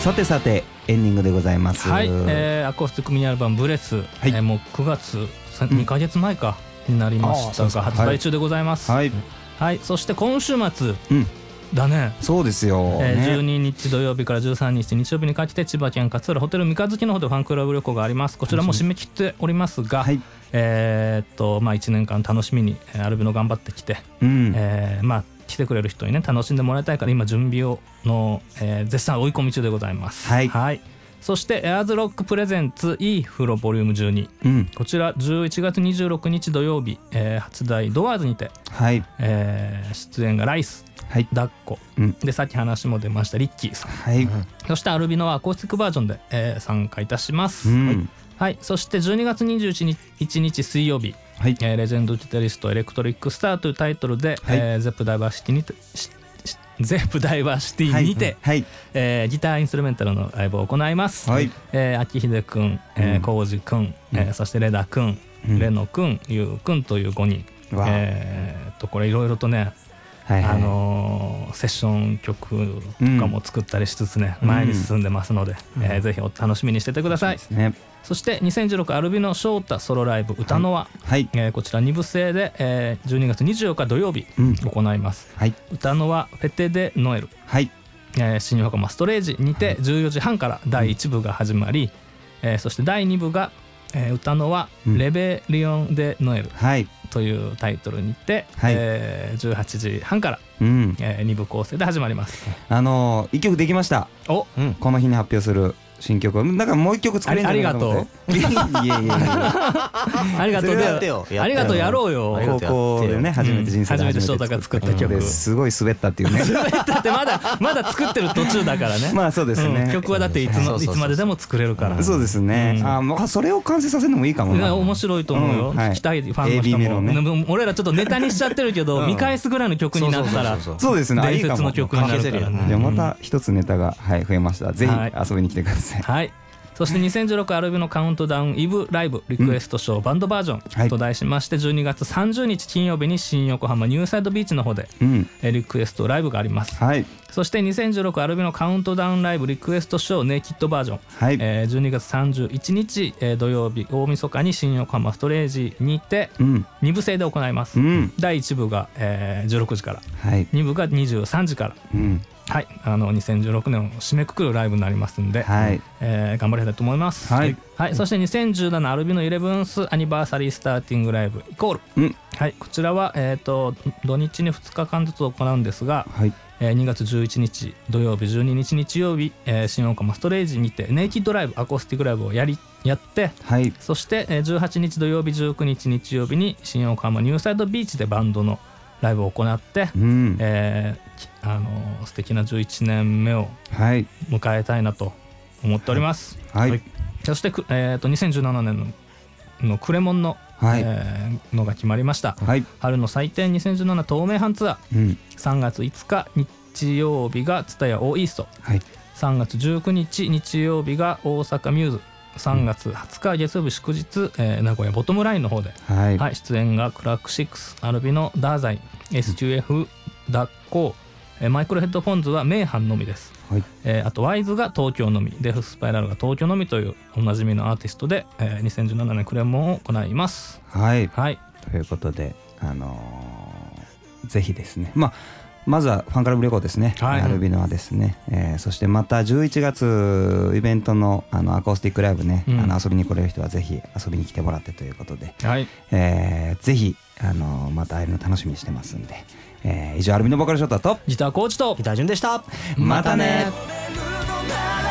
[SPEAKER 1] さてさてエンディングでございます
[SPEAKER 2] はい、えーアコースティックミニアルバム「ブレス」
[SPEAKER 1] い
[SPEAKER 2] えーもう9月さ2ヶ月前かになりまし
[SPEAKER 1] あ
[SPEAKER 2] た
[SPEAKER 1] ーそう
[SPEAKER 2] が
[SPEAKER 1] です
[SPEAKER 2] 発
[SPEAKER 1] か
[SPEAKER 2] 売中でございますはい、
[SPEAKER 1] はい、
[SPEAKER 2] そして今週末
[SPEAKER 1] うん、
[SPEAKER 2] だね
[SPEAKER 1] そうですよ、
[SPEAKER 2] えー
[SPEAKER 1] ね
[SPEAKER 2] 12日土曜日から13日日曜日にかけて千葉県勝浦ホテル三日月の方でファンクラブ旅行がありますこちらも締め切っておりますが、
[SPEAKER 1] はい
[SPEAKER 2] えーっとまあ1年間楽しみにえーアルビノ頑張ってきて、
[SPEAKER 1] うん、
[SPEAKER 2] えーまあ来てくれる人にね楽しんでもらいたいから今準備をの、えー絶賛追い込み中でございます
[SPEAKER 1] はい
[SPEAKER 2] そしてエアーズロックプレゼンツ E 風呂ボリューム12
[SPEAKER 1] うん、
[SPEAKER 2] こちら11月26日土曜日、えー初台ドアーズにて、
[SPEAKER 1] はい、
[SPEAKER 2] えー出演がライス
[SPEAKER 1] はい、
[SPEAKER 2] 抱っこ、
[SPEAKER 1] うん
[SPEAKER 2] でさっき話も出ましたリッキーさん
[SPEAKER 1] はい、
[SPEAKER 2] そしてアルビノはアコースティックバージョンで、えー参加いたします、
[SPEAKER 1] うん、
[SPEAKER 2] はいそして12月21日1日水曜日、
[SPEAKER 1] はい、
[SPEAKER 2] えーレジェンドギタリストエレクトリックスターというタイトルで、
[SPEAKER 1] はい
[SPEAKER 2] えーゼップダイバーシティにてししゼップダイバーシティにて、
[SPEAKER 1] はい、
[SPEAKER 2] えーギターインストゥルメンタルのライブを行います、
[SPEAKER 1] はい
[SPEAKER 2] えー秋秀くん、えー、浩二くん、えーそしてレダくん、
[SPEAKER 1] うん
[SPEAKER 2] レノくんゆうくんという5人
[SPEAKER 1] うわ
[SPEAKER 2] えーっとこれいろいろとね
[SPEAKER 1] はい、
[SPEAKER 2] あのーセッション曲とかも作ったりしつつね、
[SPEAKER 1] うん
[SPEAKER 2] 前に進んでますので、えーぜひお楽しみにしててください、
[SPEAKER 1] ですね、
[SPEAKER 2] そして2016アルビの翔太ソロライブ「歌のは」
[SPEAKER 1] はい、
[SPEAKER 2] えーこちら2部制で、えー12月24日土曜日
[SPEAKER 1] うん
[SPEAKER 2] 行います
[SPEAKER 1] はい、
[SPEAKER 2] 「歌のはフェテ・デ・ノエル」
[SPEAKER 1] はい、
[SPEAKER 2] えー新横浜ストレージにて14時半から第1部が始まり、えーそして第2部が「えー歌のは
[SPEAKER 1] うん
[SPEAKER 2] レベリオン・デ・ノエル
[SPEAKER 1] はい、」
[SPEAKER 2] というタイトルにて、
[SPEAKER 1] はい
[SPEAKER 2] えー18時半から
[SPEAKER 1] うん、
[SPEAKER 2] えー、2部構成で始まります。
[SPEAKER 1] あのー一曲できました。
[SPEAKER 2] お
[SPEAKER 3] うん
[SPEAKER 1] この日に発表する新曲、なんかもう一曲作れんじゃないかと思って。ありがとう。いえいえい
[SPEAKER 2] ありがとう
[SPEAKER 3] それ
[SPEAKER 2] で
[SPEAKER 3] やってよやってよ
[SPEAKER 2] ありがとうやろう
[SPEAKER 1] えい
[SPEAKER 2] よ。
[SPEAKER 1] え。高校でね、初めて人生で
[SPEAKER 2] うん初めて翔太が作った曲
[SPEAKER 1] ですごい滑ったっていうね。
[SPEAKER 2] *laughs* *laughs* だってまだまだ作ってる途中だからね。
[SPEAKER 1] まあそうです
[SPEAKER 2] うん
[SPEAKER 1] ね。
[SPEAKER 2] 曲はだっていつ
[SPEAKER 3] そ
[SPEAKER 2] の
[SPEAKER 3] うそう
[SPEAKER 2] い
[SPEAKER 3] そう
[SPEAKER 2] つまででも作れるから。
[SPEAKER 1] そうですね。
[SPEAKER 2] うん
[SPEAKER 1] あ、まあそれを完成させるのもいいかも
[SPEAKER 2] ね
[SPEAKER 1] な。
[SPEAKER 2] 面白いと思うよ、
[SPEAKER 1] うんはい
[SPEAKER 2] 聞きたいファンの
[SPEAKER 1] AB メ
[SPEAKER 2] 人
[SPEAKER 1] ロ
[SPEAKER 2] も,、
[SPEAKER 1] ね
[SPEAKER 2] でも俺らちょっとネタにしちゃってるけど、
[SPEAKER 1] うん
[SPEAKER 2] 見返すぐらいの曲になったら
[SPEAKER 3] そうそうそう
[SPEAKER 1] そうですね。あい
[SPEAKER 2] 伝
[SPEAKER 1] いか
[SPEAKER 2] 説
[SPEAKER 1] も
[SPEAKER 2] の。曲になるか
[SPEAKER 3] いい
[SPEAKER 2] ら
[SPEAKER 3] かも
[SPEAKER 2] ね
[SPEAKER 1] じゃあまた一つネタがはい増えました。ぜひ
[SPEAKER 2] はい
[SPEAKER 1] 遊びに来てください。
[SPEAKER 2] はい。そして2016アルビのカウントダウンイブライブリクエストショーバンドバージ
[SPEAKER 1] は
[SPEAKER 2] ョ
[SPEAKER 1] い
[SPEAKER 2] ンと題しまして12月30日金曜日に新横浜ニューサイドビーチの方で
[SPEAKER 1] うん。
[SPEAKER 2] えーリクエストライブがあります
[SPEAKER 1] はい。
[SPEAKER 2] そして2016アルビのカウントダウンライブリクエストショーネイキッドバージョン、
[SPEAKER 1] はい
[SPEAKER 2] えー12月31日、えー土曜日大晦日に新横浜ストレージにて
[SPEAKER 1] うん。
[SPEAKER 2] 2部制で行います、
[SPEAKER 1] うん
[SPEAKER 2] 第1部が、えー16時から
[SPEAKER 1] はい。
[SPEAKER 2] 2部が23時から
[SPEAKER 1] うん。
[SPEAKER 2] はいあの2016年を締めくくるライブになりますんで、
[SPEAKER 1] はい。
[SPEAKER 2] えー頑張りたいと思います
[SPEAKER 1] はい、
[SPEAKER 2] そして2017アルビのイレブンスアニバーサリースターティングライブイコール、
[SPEAKER 1] うん
[SPEAKER 2] はい、こちらは、えー、と土日に2日間ずつ行うんですが、
[SPEAKER 1] はい。
[SPEAKER 2] えー2月11日土曜日12日日曜日、えー新大岡ストレージにてネイキッドライブアコースティックライブをやりやって
[SPEAKER 1] はい。
[SPEAKER 2] そして、えー18日土曜日19日日曜日に新大浜ニューサイドビーチでバンドのライブを行って、
[SPEAKER 1] うん。
[SPEAKER 2] えーきあのー素敵な11年目を
[SPEAKER 1] はい。
[SPEAKER 2] 迎えたいなと思っております、
[SPEAKER 1] はい
[SPEAKER 2] そしてく、えー、と2017年ののクレモンの、
[SPEAKER 1] はい
[SPEAKER 2] えーのが決まりました、
[SPEAKER 1] はい。
[SPEAKER 2] 春の祭典2017東名阪ツアー
[SPEAKER 1] うん。
[SPEAKER 2] 3月5日日曜日が蔦屋オーイースト
[SPEAKER 1] はい。
[SPEAKER 2] 3月19日日曜日が大阪ミューズ3月20日月曜日祝日、えー名古屋ボトムラインの方で、
[SPEAKER 1] はい。
[SPEAKER 2] はい、出演がクラーク6アルビノダーザイ SQF 脱行、えーマイクロヘッドフォンズは名阪のみです、
[SPEAKER 1] はい
[SPEAKER 2] えーあとワイズが東京のみデフスパイラルが東京のみというおなじみのアーティストで、えー2017年クレモンを行います
[SPEAKER 1] はい。
[SPEAKER 2] はい
[SPEAKER 1] ということで、あのーぜひですね、まあ、まずはファンクラブ旅行ですね、
[SPEAKER 2] はい
[SPEAKER 1] アルビノはですね、えーそしてまた11月イベントのあのアコースティックライブね、
[SPEAKER 2] うん
[SPEAKER 1] あの遊びに来れる人はぜひ遊びに来てもらってということで、
[SPEAKER 2] はい
[SPEAKER 1] えーぜひ、あのーまた会えるの楽しみにしてますんで、えー以上アルビノボーカルショットと
[SPEAKER 2] ギターコーチと
[SPEAKER 3] ギター順でした
[SPEAKER 1] またね
[SPEAKER 5] 眠るのなら